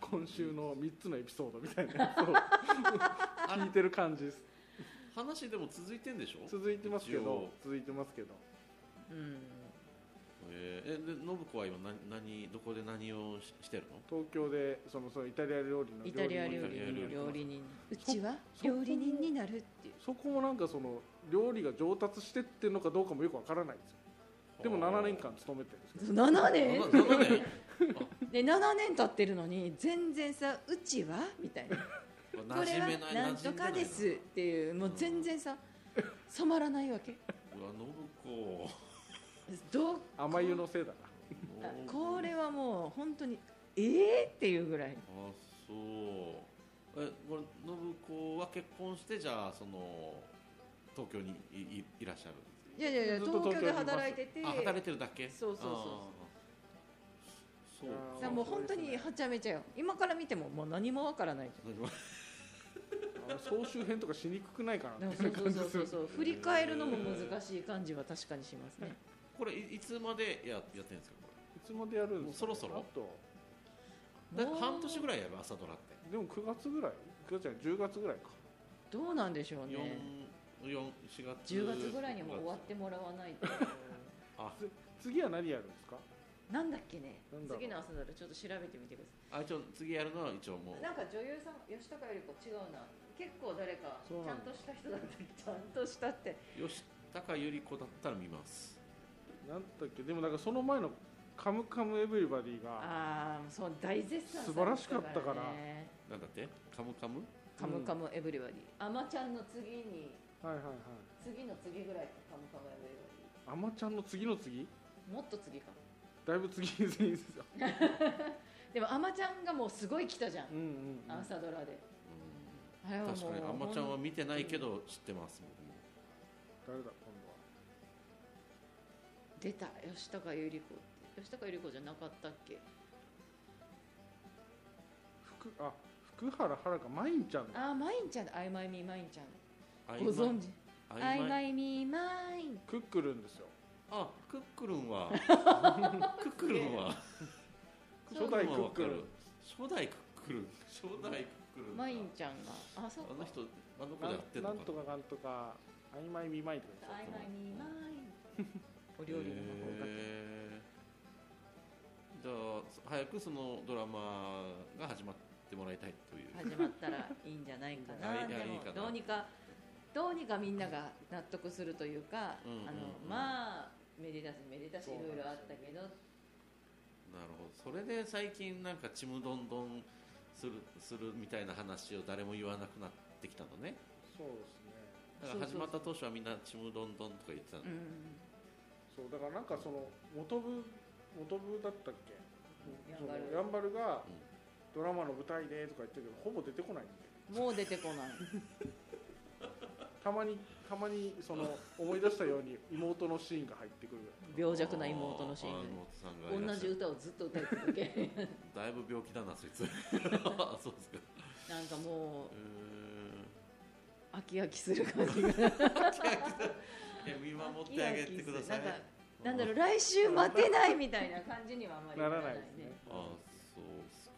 今週の3つのエピソードみたいなやつを 聞いてる感じです
話でも続いてんでしょ
続いてますけ
一
ど
応
続いてますけど
うん
えー、えで信子は今何何どこで何をししてるの
東京でそのそのイタリア料理の
イタリア
理
料
人
理
イタ
の
リア料理
料理人うちは
そ
料理人になるっていう
そこもなんかその料理が上達してってんのかどうかもよくわからないんですよでも7年間勤めてるんですけど
7年
7年
で7年経ってるのに全然さ「うちは?」みたいな「こ
馴
れ
染
は
めない
なん
馴
と
染んな
か
い
です」っていうもう全然さ染まらないわけ
うわ信子
どう
甘湯のせいだな
あ
信子
これはもう本当に「えー?」っていうぐらい
あそうえこれ信子は結婚してじゃあその東京にいいいらっしゃる
いやいやいや
ずっと
東京
東京
で
にいます
働いてて
あ働いてるだけ
そうそうそうそう
そうそう
さ
か
もう本当
そう
に
ですね
はちゃめちゃよ今から見てももう何もわからない
あの総集編とかしにくくないか
で
な
も
みた
そ
いうな
そうそ
感じ
う
す
そう
る
そう振り返るのも難しい感じは確かにしますね
これいいつまでややってるんですかこ
いつまでやるんですか
もうそろそろ
あと
れだ
もう
半年ぐらいやる朝ドラって
でも9月ぐらい9月じゃない10月ぐらいか
どうなんでしょうね
四四四月
10月ぐらいにはもう終わってもらわないと
あ
次は何やるんですか
なんだっけね
なんだろう
次の朝ドラちょっと調べてみてください
あ一応次やるのは一応もう
なんか女優さん吉高由里子違うな結構誰かち
そうな
ゃん
んだ
とした人だった けどちゃんとしたって
吉高由里子だったら見ます
なんだっけでもなんかその前の「カムカムエヴリバディ」が
ああそう大絶賛
素晴らしかったから
ね
なんだってカムカム
カムカムエブリバディ」あまちゃんの次に
はいはいはい
次の次ぐらいかカムカムエブリバ
あまちゃんの次の次
ディ」もっと次か
だいぶ次に次ですよ
でもあまちゃんがもうすごい来たじゃん
うんうんうん
朝ドラで
う
あれは
ん
もう
確かにあんまちゃんは見てないけど知ってます僕も
誰だ今度は
出た吉高由里子って吉高由里子じゃなかったっけ
福あ福原遥まいんちゃんの
ああマインちゃんだあいまいみマインちゃん
あ
ご存知
あ
あい
いま
ま
い
いみマイン
クックルンですよ
あクックルン はクックルンは
初代クックルン
初代クックルン初代クッ来るんだ
マインちゃんがあそっか
あの人あの子でやってん
な
の
な
か
ん
な
とかなんとか曖昧見舞いとか言ってた
曖昧にマイ
お
お料理の方が
じゃあそ早くそのドラマが始まってもらいたいという、
始まったらいいんじゃないか
はい
な
はい
で
いい
も
かな
どうにかどうにかみんなが納得するというか、
うんうんうん
あのまあめでたしめでたしい
そうなん
ろ
ですよ
いろあったけど
なるほどそれで最近なんかちむどんどんするするみたいな話を誰も言わなくなってきたのね
そうですね
だか
そう
ら始
そうそう
まった当初はみんなちむどんどんとか言ってたの、
うん
そうだからなんかその元部元部だったっけ
ヤ
そ
ン
の
バル
ヤンバルが
うん
ドラマの舞台でとか言ってるけどほぼ出てこないんで
もう出てこない
たまにたまに その思い出したように妹のシーンが入ってくるぐらい
病弱な妹のシー
あ
ン
妹さんが
で同
いらっし
じ
ゃる
歌をずっと歌い続け
だいぶ病気だなそいつ あそう ですか
なんかも
うーん
う飽き飽きする感 じが
いや見守ってあげてくださ
飽き飽きするな
い
んかなんだろう来週待てないみたいな感じにはあまり
ならないですね
あそうですか、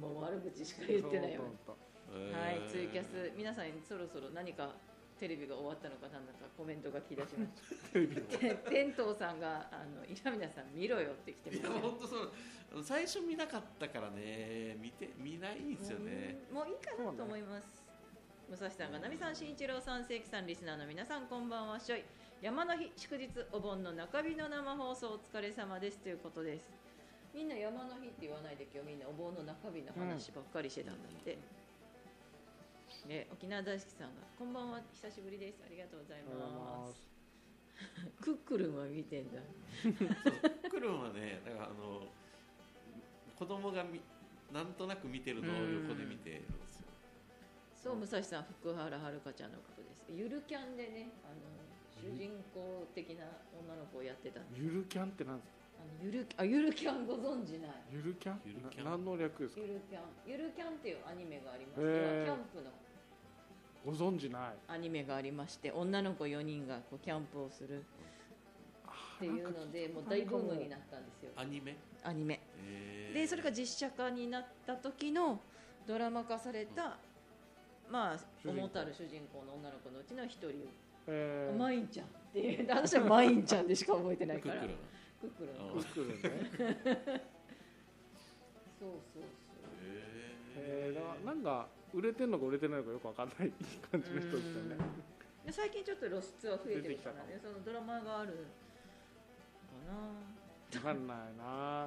もう悪口しか言ってないよ
そうそう
えー
はい、ツイキャス、皆さんそろそろ何かテレビが終わったのかなんだかコメントが来だしまし
そうテレビの
た。天童さんが、あの、イラミナさん見ろよって来て
いや
ますね。
本当そうあの最初見なかったからね見て見ないんですよね
うんもういいかなと思います。武蔵さんが、ナミさん、新一郎さん、関さん、リスナーの皆さん、こんばんは、しょい。山の日、祝日、お盆の中日の生放送、お疲れ様ですということです。みんな山の日って言わないで、今日みんなお盆の中日の話ばっかりしてたんだって。で沖縄大好きさんが「こんばんは久しぶりですありがとうござい
ありがとうござい
ま
ます
す」クックルンは見てんだ
クルンはねだからあの子供がみなんとなく見てるのを横で見てるんですよ
そう武蔵さん福原遥ちゃんのことですゆるキャンでねあの主人公的な女の子をやってたあの
ゆるキャンってなんですか
ゆるあゆるキャンご存じない
ゆるキャン
ゆるキャン
な何の略ですか
ゆるキャンゆるキャンっていうアニメがありまして、
へー
キャンプの
ご存知ない
アニメがありまして女の子4人がこうキャンプをするっていうのでもう大ブームになったんですよ
アニメ、
アニメ
えー
でそれが実写化になった時のドラマ化された、まあ
主人公
重たる主人公の女の子のうちの一人
え
を
ー
マインちゃんっていう私はマインちゃんでしか覚えてない
ク
から
ックルン
クックルン
あ
クックルンね
そうそう
えーだからなんか売れてんのか売れてないのかよくわかんない感じの人ですよね
そうで最近ちょっと露出は増えてるから
出
ねそのドラマがあるか
わかんない
な
な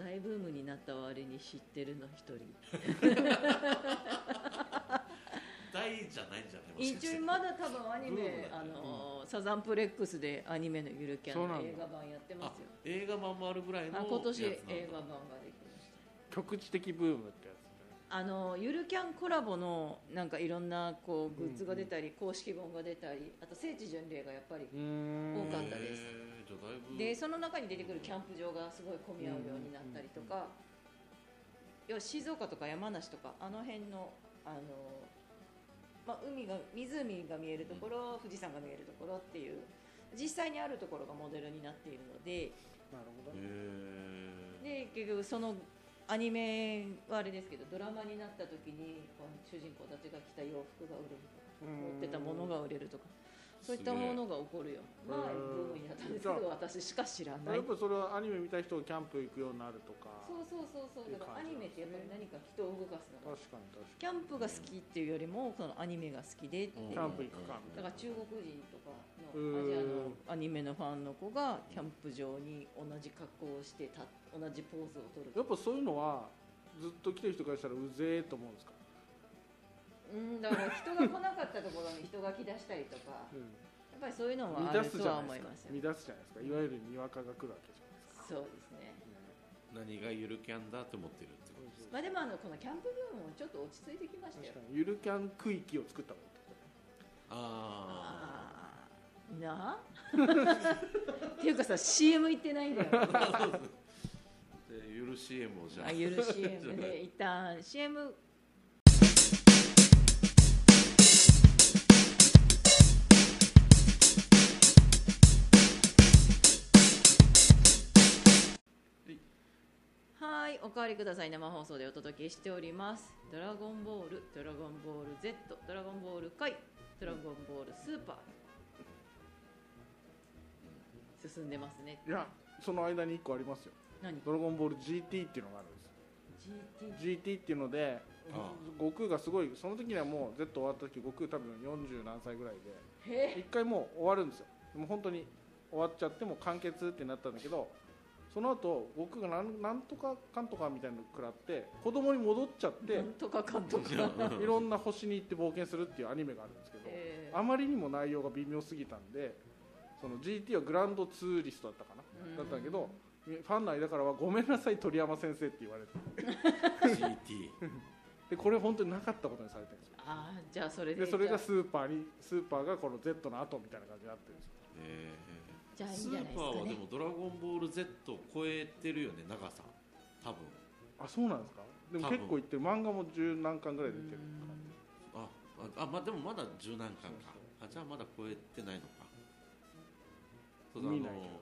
大ブームになった割に知ってるの一人
大じゃないんじゃないもしかして
一応まだ多分アニ
ブーム
メ、
だ
あ
ね
のーサザンプレックスでアニメのゆるキャンの映画版やってま
あ
すよ
映画版もあるぐらいの
あ今年
や
映
つなんだ
画版ができました
局地的ブームってや
あのゆるキャンコラボのなんかいろんなこうグッズが出たり、公式本が出たりあと聖地巡礼がやっぱり
つ、ねうーん
多かったです
えーじゃあだいぶ
でその中に出てくるキャンプ場がすごい混み合うようになったりとか、要は静岡とか山梨とかあの辺のあの、まあ、海が湖が見えるところ、富士山が見えるところっていう実際にあるところがモデルになっているので
なるほど、ね
えー
で結局そのアニメはあれですけどドラマになった時にこう主人公たちが着た洋服が売れるとか。持ってたものが売れるとかそういったものが起こるよまあ
へえ
ブームになったんですけど私しか知らな
まあや
い
っぱそれはアニメ見た人がキャンプ行くようになるとか
そうそうそうそうだからアニメってやっぱり何か人を動かすのが
確かに確かに
キャンプが好きっていうよりもそのアニメが好きでっていう
うん
キャンプ行くかみた
だから中国人とか
う
の
ん
アジアのアニメのファンの子がキャンプ場に同じ格好をしてた同じポーズをとる
やっぱそういうのはずっと来てる人からしたらうぜえと思うんですか、
うんだから人が来なかったところに人が来だしたりとかや
う
っぱりそういうの
ん、
はあ
乱
る
す
と
じゃ
は
な
思
い
い
で
ます
す
よ
か乱すじゃないですかいわゆるにわかが来るわけじゃないですか、
そうですね
何がゆるキャンだと思ってるってこと
まあでもあのこのキャンプブームもちょっと落ち着いてきましたよ
確かにゆるキャン区域を作った方がいいってこ
あ
あ ーなあっていうかさ CM 行ってないんだよ
あでゆる CM をじゃあ
あゆる CM で一旦 CM ははーい、おかわりください。生放送でお届けしております。ドラゴンボール、ドラゴンボール Z、ドラゴンボール界、ドラゴンボールスーパー。進んでますね。
いやその間に1個ありますよ
何
「ドラゴンボール GT」っていうのがあるんです
?GT。
GT っていうので
ああ
悟空がすごいその時にはもう Z 終わった時悟空多分40何歳ぐらい
へえ。
で一回もう終わるんですよもう本当に終わっちゃってもう完結ってなったんだけどその後悟空がなんなんとかかんとかみたいなの食らって子供に戻っちゃって
なんとかかんとか。
いろんな星に行って冒険するっていうアニメがあるんですけど、
ええ
あまりにも内容が微妙すぎたんでその GT はグランドツーリストだったかな、
うん
だったんだけどファンの間からは「ごめんなさい鳥山先生」って言われて
GT
でこれ本当になかったことにされてるんですよ
ああ、じゃあそれで。
でそれが
じ
スーパーにスーパーがこの Z の後みたいな感じになってるんですよ
え
ゃあ
ー
じゃあいい
ス
んじゃないで
ー
すか
パーはで
ね。
も「ドラゴンボール Z」を超えてるよね長さ多分
あそうなんですかでも
多分
結構いってる漫画も十何巻ぐらい出てる
あああ、まあ、でもまだ十何巻かあじゃあまだ超えてないのかそうだあの
見
ち
な
ょ
いけどね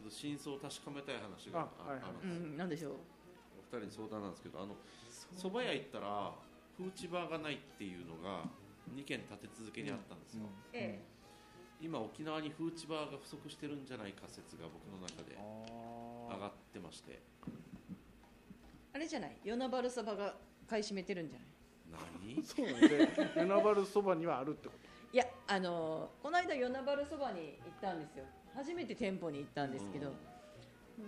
っと真相を確かめたい話が
あ
あ
はい
あ
はい
う
るんですよ
ん、なんでしょう。
お二人に相談なんですけどあの蕎麦屋行ったらフーチバーがないっていうのが2軒立て続けにあったんですよ、
え
今沖縄にフーチバーが不足してるんじゃないか説が僕の中で
あ
上
ー
がってまして
あれじゃない。ヨナバルサバが買い占めてるんじゃない。
何
そうなんで与那原そばにはあるってこと
いや、あのーこの間、与那原そばに行ったんですよ、初めて店舗に行ったんですけど、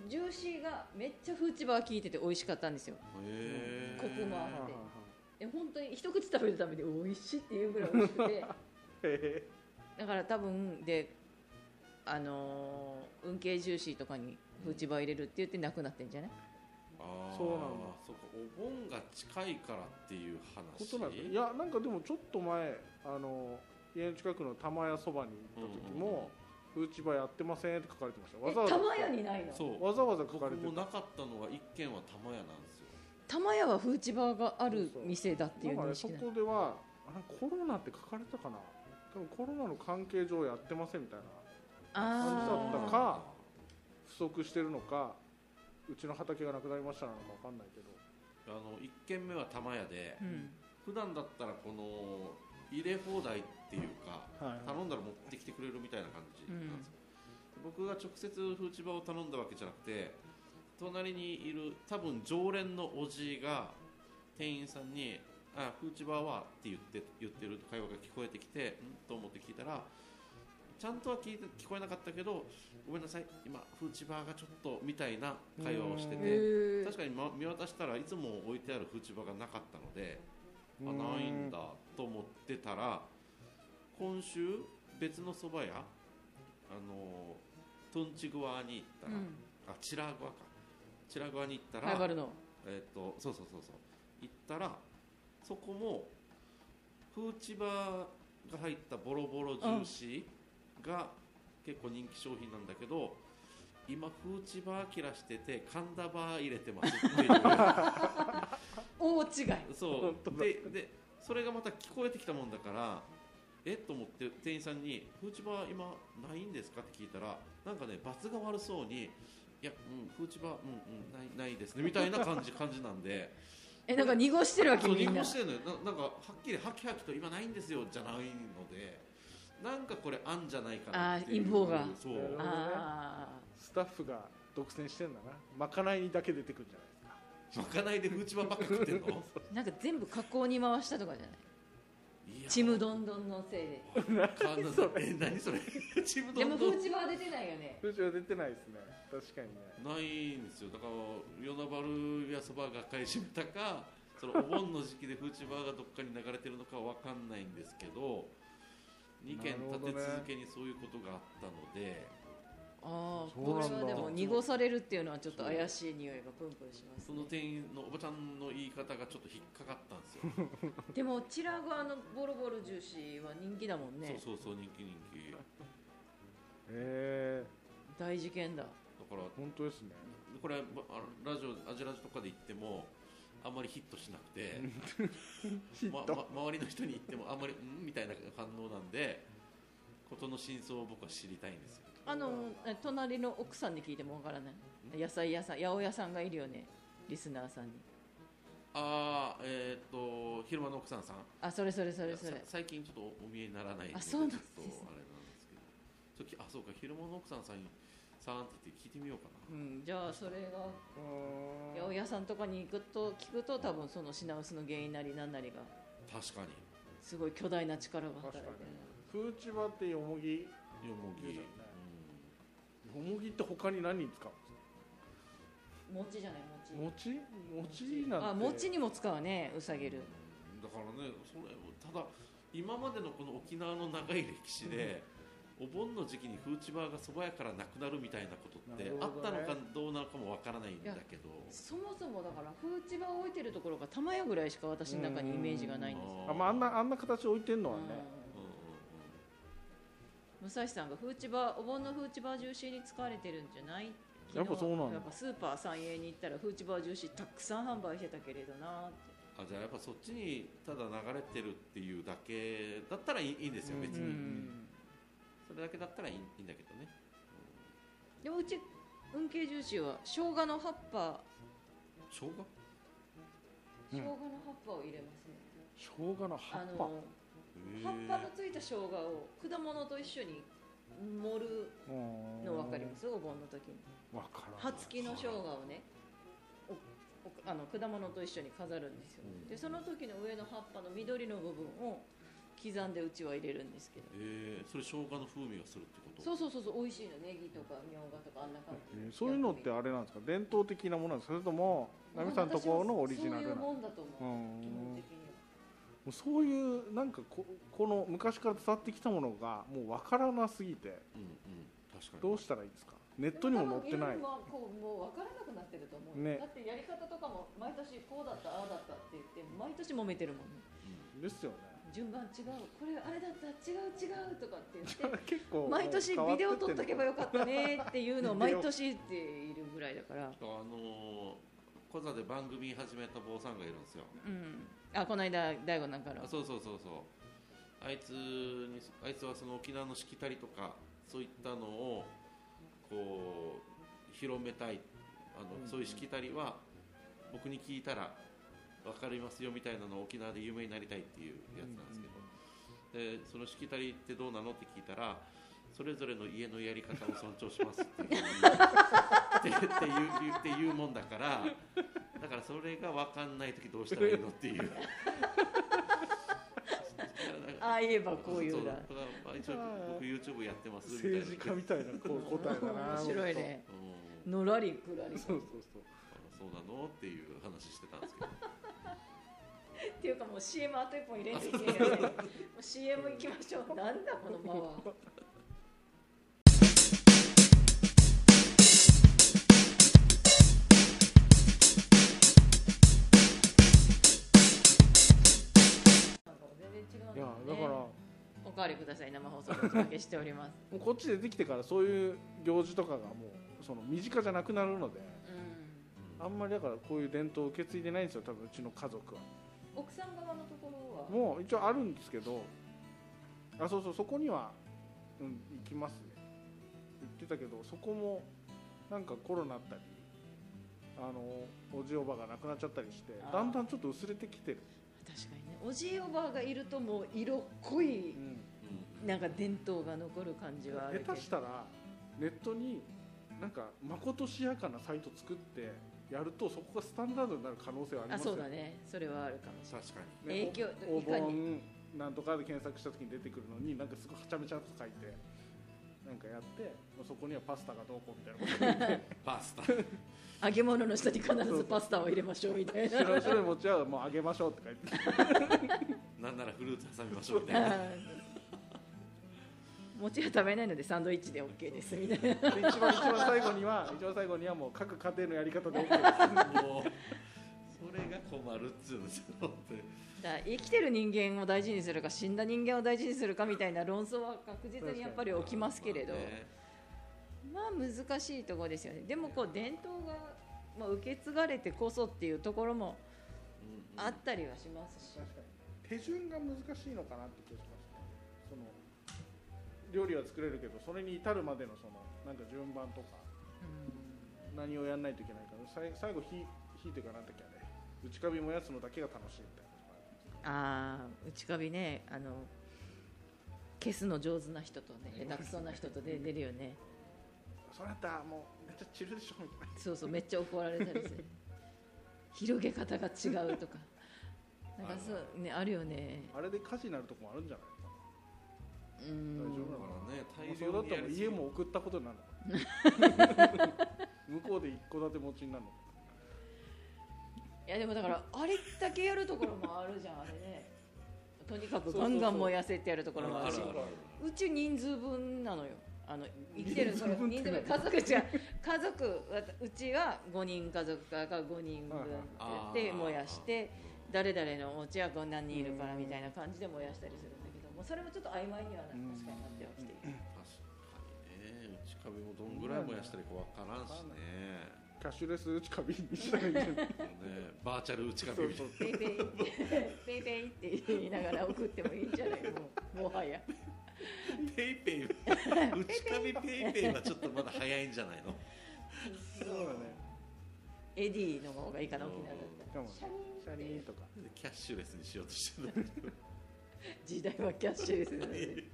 ジューシーがめっちゃフーチバー効いてて美味しかったんですよ、
へえ
コクもあ
はいはいはい
え本当に一口食べるために美味しいっていうぐらい美味しく て、
へ
だから多分で、あのー運慶ジューシーとかにフーチバー入れるって言ってなくなってんじゃない、
ああ
そうなんだ
そうかお盆が近いからっていう
え
話
ことなんですねいやなんかでもちょっと前あの家の近くの玉屋そばに行った時も「フーチバやってません」って書かれてました
え
わざわざ
玉屋にないの
そう
わざわざ書か
僕
れて
も
る
なかったのは1軒は玉屋なんですよ
玉屋はフーチバーがある店だっていう
な
ん
か
認
ねそ
識なの
こではあれコロナって書かれたかな多分コロナの関係上やってませんみたいな
あ
だっ
ー
たか不足してるのかうちの畑がなくなりましたなのかわかんないけど
あの1軒目は玉屋で
うん
普段だったらこの入れ放題っていうか
はい
頼んだら持ってきてくれるみたいな感じなんですよ、僕が直接フーチバを頼んだわけじゃなくて隣にいる多分常連のおじいが店員さんに「あフーチバは?」って言って言ってる会話が聞こえてきて「ん?」と思って聞いたらちゃんとは聞いて聞こえなかったけど「ごめんなさい今フーチバがちょっと」みたいな会話をして
うん
へ
て
ー
確かにま見渡したらいつも置いてあるフーチバがなかったので。あ
うー
ないんだと思ってたら今週別の蕎麦屋あのトンチグワに行ったら、
う
あチラグワかチラグワに行っ
ん、ライ
た
バ
ら
ルの
えっ、とそうそうそうそう行ったらそこもフーチバーが入ったボロボロジューシーが結構人気商品なんだけど今フーチバー切らしてて神田バー入れてますっていう
大違い
そうででそれがまた聞こえてきたもんだからえっと思って店員さんに「フーチバー今ないんですか?」って聞いたらなんかね罰が悪そうに「いや、うん、フーチバー、うんうん、ないないですね」みたいな 感じ感じなんで
えなんか濁してるわけ
そう
み
日
んな
本してるのよななんかはっきり「ハキハキと今ないんですよ」じゃないのでなんかこれあんじゃないかなっていう
あー陰謀が
そう
なるほどね
あ
スタッフが独占してんだなまかないにだけ出てくるんじゃないですか
まかないでフーチバーばっか食ってんの
あなんか全部加工に回したとかじゃない
い や
ちむどんどんのせいで
わかんないえ何それ ちむど
で
ん
も
どん
風ーは出てないよね
フーチは出てないですね確かにね
ないんですよだから与那原やそばが買い占めた かそのお盆の時期でフーチバーがどっかに流れてるのかは分かんないんですけ ど2件
なるほど
立
ね
て続けにそういうことがあったので、
ああ
そう
こ
なんだ
れはでも濁されるっていうのはちょっと怪しい匂いがプンプンします
そ
ね、
の店員のおばちゃんの言い方がちょっと引っかかったんですよ、
でもチラゴあのボロボロジューシーは人気だもんね
そうそうそう人気人気だ
へえ
大事件だ
から
本当ですね
これまあラジオアジラジとかで言ってもあんまりヒットしなくて、
ヒ
ま
ット、
ま周りの人に言ってもあんまり「ん?」みたいな反応なんで事の真相を僕は知りたいんですよ
あのえ隣の奥さんに聞いてもわからない野菜屋さん八百屋さんがいるよねリスナーさんに
ああえっ、と昼間の奥さんさん
あそれそれそれそ
さ
れ
最近ちょっとお見えにならないので
あそうなん
ち
で
ょっ
す
とあれなんですけどちょっときあそうか昼間の奥さんさんにさんって言って聞いてみようかな
うんじゃあそれが
うん
八百屋さんとかに行くと聞くと多分その品薄の原因なりなんなりが
確かに
すごい巨大な力が働いて
確かフーチバってよもぎよ
よもぎ、
いいですね
う
もぎって他に何に使う
餅じゃない
んですか餅餅な
餅
んて
あ餅にも使うねうさげる
んだからねそれただ今までのこの沖縄の長い歴史で、お盆の時期にフーチバーがそば屋からなくなるみたいなことって、
なる
あ
ほ
っ
ど
たの
ね
かどうなのかもわからないんだけど
そもそもだからフーチバーを置いてるところが玉屋ぐらいしか私の中にイメージがないんですよ
あ,、まあ、あんなあんな形置いてんのはね
うん
うんうん
武蔵さんがフーチバーお盆のフーチバージューシーに使われてるんじゃない昨日
やっぱそうなんだ
やっぱスーパー三栄に行ったらフーチバージューシーたくさん販売してたけれどなって
うんあじゃあやっぱそっちにただ流れてるっていうだけだったらいいいいんですよ別
う
に、
ん
それだけだったらいいいいんだけどね
でもうち運慶ジューシーは生姜の葉っぱ
生姜
生
うん
姜の葉っぱを入れますね、
生姜の葉っ
あの
ぱ、
葉っぱのついた生姜を果物と一緒に盛る
うん
の分かりますお盆の時に
わからない
葉付きの生姜をねおおあの果物と一緒に飾るんですよ、
うん
でその時の上の葉っぱの緑の部分を刻んでうちは入れるんですけど
えー、それ生姜の風味がするってこと
そうそうそうそう美味しいのネギとかみょうがとかあんな感じ
えーそういうのってあれなんですか伝統的なものなんですかそれともナミさんとこのオリジナル
そういう
な
も
の
んだと
う
思う、基本
ん
的には
もうそういうなんかここの昔から伝わってきたものがもうわからなすぎて
うんうん確かに
どうしたらいいですかネットにも載ってない
でも多分いろいろもう分からなくなってると思うよ、
ね
だってやり方とかも毎年こうだったああだったって言って毎年揉めてるもんね
ですよね
順番違うこれあれだった違う違うとかって言って
結構
毎年ビデオ撮っとけば
よ
よかったねっていうのを毎年言っているぐらいだから、
あのー、コザで番組始めた坊さんがいるんですよ
うん、あこの間大悟なんかの
あそうそうそうそうあいつにあいつはその沖縄のしきたりとかそういったのをこう広めたいあの、
うんうん
そういうしきたりは僕に聞いたら分かりますよみたいなのを沖縄で有名になりたいっていうやつなんですけど、でそのしきたりってどうなのって聞いたらそれぞれの家のやり方を尊重しますっていう ってっていうっていうもんだからだからそれが分かんない時どうしたらいいのっていうだから
ああ言えばこういう
そ
だ
だからまあ一応僕 YouTube やってますみたいな
政治家みたいなこう答えだな
面白いね
うん
のらりくらり
そうそうそう
あそうなのっていう話してたんですけど
っていうかもう CM あと1本入れていけないよねもう CM 行きましょうなんだこの間はなんか全然違うんだね
いやだからも
おかわりください生放送でお届けしております
うこっち出てきてからそういう行事とかがもうその身近じゃなくなるので
うん
あんまりだからこういう伝統を受け継いでないんですよ多分うちの家族は
奥さん側のところは
もう一応あるんですけどあそうそうそこにはうん行きますね言ってたけどそこもなんかコロナあったりあのおじおばが亡くなっちゃったりして
あー
だんだんちょっと薄れてきてる、
確かにねおじいおばあがいるともう色濃い
うん
なんか伝統が残る感じはあるけ
下
ど
手したらネットになんかまことしやかなサイト作ってやるとそこがスタンダードになる可能性はあり
あ
ますよ
そうだねそれはあるかもしれない
確かに
ね
影響
おお
いかに
盆なんとかで検索した時に出てくるのになんかすごいはちゃめちゃと書いてなんかやってまあそこにはパスタがどうこうみたい なこと言って
パスタ
揚げ物の下に必ずパスタを入れましょうみたいな
白い白い餅はもうあげましょうって書いて
なんならフルーツ挟みましょうみたいな
あー 餅は食べないのでサンドイッチで OK ですみたいな
で一番一番最後には一番最後にはもう各家庭のやり方で OK です
もうそれが困るっつうんですよ本当に
だから生きてる人間を大事にするか死んだ人間を大事にするかみたいな論争は確実にやっぱり起きますけれど
まあね
まあ難しいところですよねでもこう伝統が、まあ、受け継がれてこそっていうところも
うんうん
あったりはしますし
確かに手順が難しいのかなって気がしますねその料理は作れるけどそれに至るまでのそのなんか順番とか何をやんないといけないからさい最後火火というかなんだっけあれ内カビ燃やすのだけが楽しいみたいなのがあ
あ
る
あ内カビねあの消すの上手な人とね下手くそな人とで出るよね
それだったらもうめっちゃ散るでしょみたいな
そうそうめっちゃ怒られたりする広げ方が違うとかなんかそうねあるよね
あれで火事になるとこもあるんじゃないか
う
な
ん
大丈夫なのか
ね
な、
大
まあそれだ
量
っ
に
た
や
らもう
りすぎ
家も送ったことに なるのかな向こうで一戸建て持ちになるのか
いやでもだからあれだけやるところもあるじゃんあれねとにかくガンガン燃やせってやるところもあ
あ
る
る
し
あるある
うち人数分なのよあの生きてる
人
そ
数
の
分
人数分家族違う家族わたうちは5人家族から5人分
あ
で
ー
燃やして
うん
誰々のお家はこんなにいるからみたいな感じで燃やしたりするんだけどもうそれもちょっと曖昧にはな
うん
確かになってはきている
確かにね内壁もどんぐらい燃やしたらいいかわからんしね
なキャッシュレス内カビにしたらいいんじゃない
ねバーチャル内
そ
壁
う
みた
そ
いう
ペイペイペイペイって言いながら送ってもいいんじゃないもうもはや
なペイ ペイ内壁ペイペイはちょっとまだ早いんじゃないの
そうだね
エディの方がいいかな沖縄だったら
しかもねシャリーンとか
キャッシュレスにしようとしてる
時代はキャッシュレスなので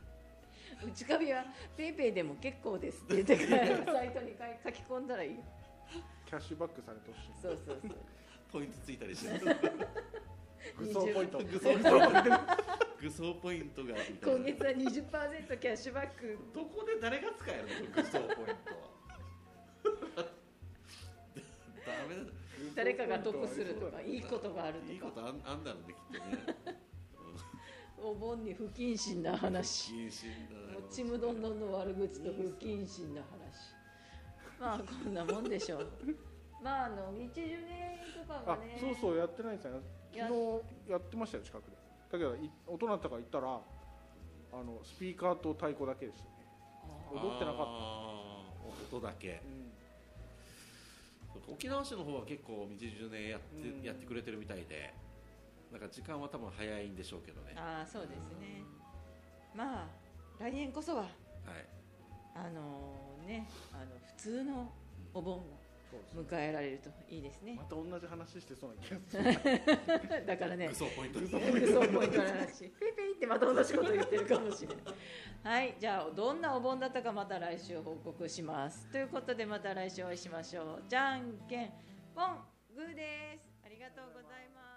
内カビはペイペイでも結構ですって 言ってからサイトに書き込んだらいいよ
キャッシュバックされてほしい
そうそうそう
ポイントついた りしてる
偽装ポイント
偽装ポイント偽装ポイントがみたいな
今月は20%キャッシュバック
どこで誰が使えるの偽装ポイントは ダメだ
誰かが得するとかいいことがある
いい
と
こ
か
とあんあんだろうねきっとね
お盆に不謹慎な話
謹慎だ
も
な
うちむどんどんの悪口と不謹慎な話まあこんなもんでし ょうまああの道順とかが
あ
ね
そうそうやってないんですよね
や
昨日やってましたよ近くでだけどい大人になったから行ったらあのスピーカーと太鼓だけですよね、
あ
踊ってなかった
あー音だけ
うん
沖縄市の方は結構道順ねやって、
うん
やってくれてるみたいでなんか時間は多分早いんでしょうけどねは
あーそうですねまあ来年こそはいあのね、あの普通のお盆を
そうです
迎えられるといいですね
ま。た同じ話してそうな気がする
だからね
嘘、ポイント
そうポイントの話、ペイペイってまた同じこと言ってるかもしれ ない。はい、じゃあどんなお盆だったかまた来週報告します。ということでまた来週お会いしましょう。じゃんけんポングーです。ありがとうございます。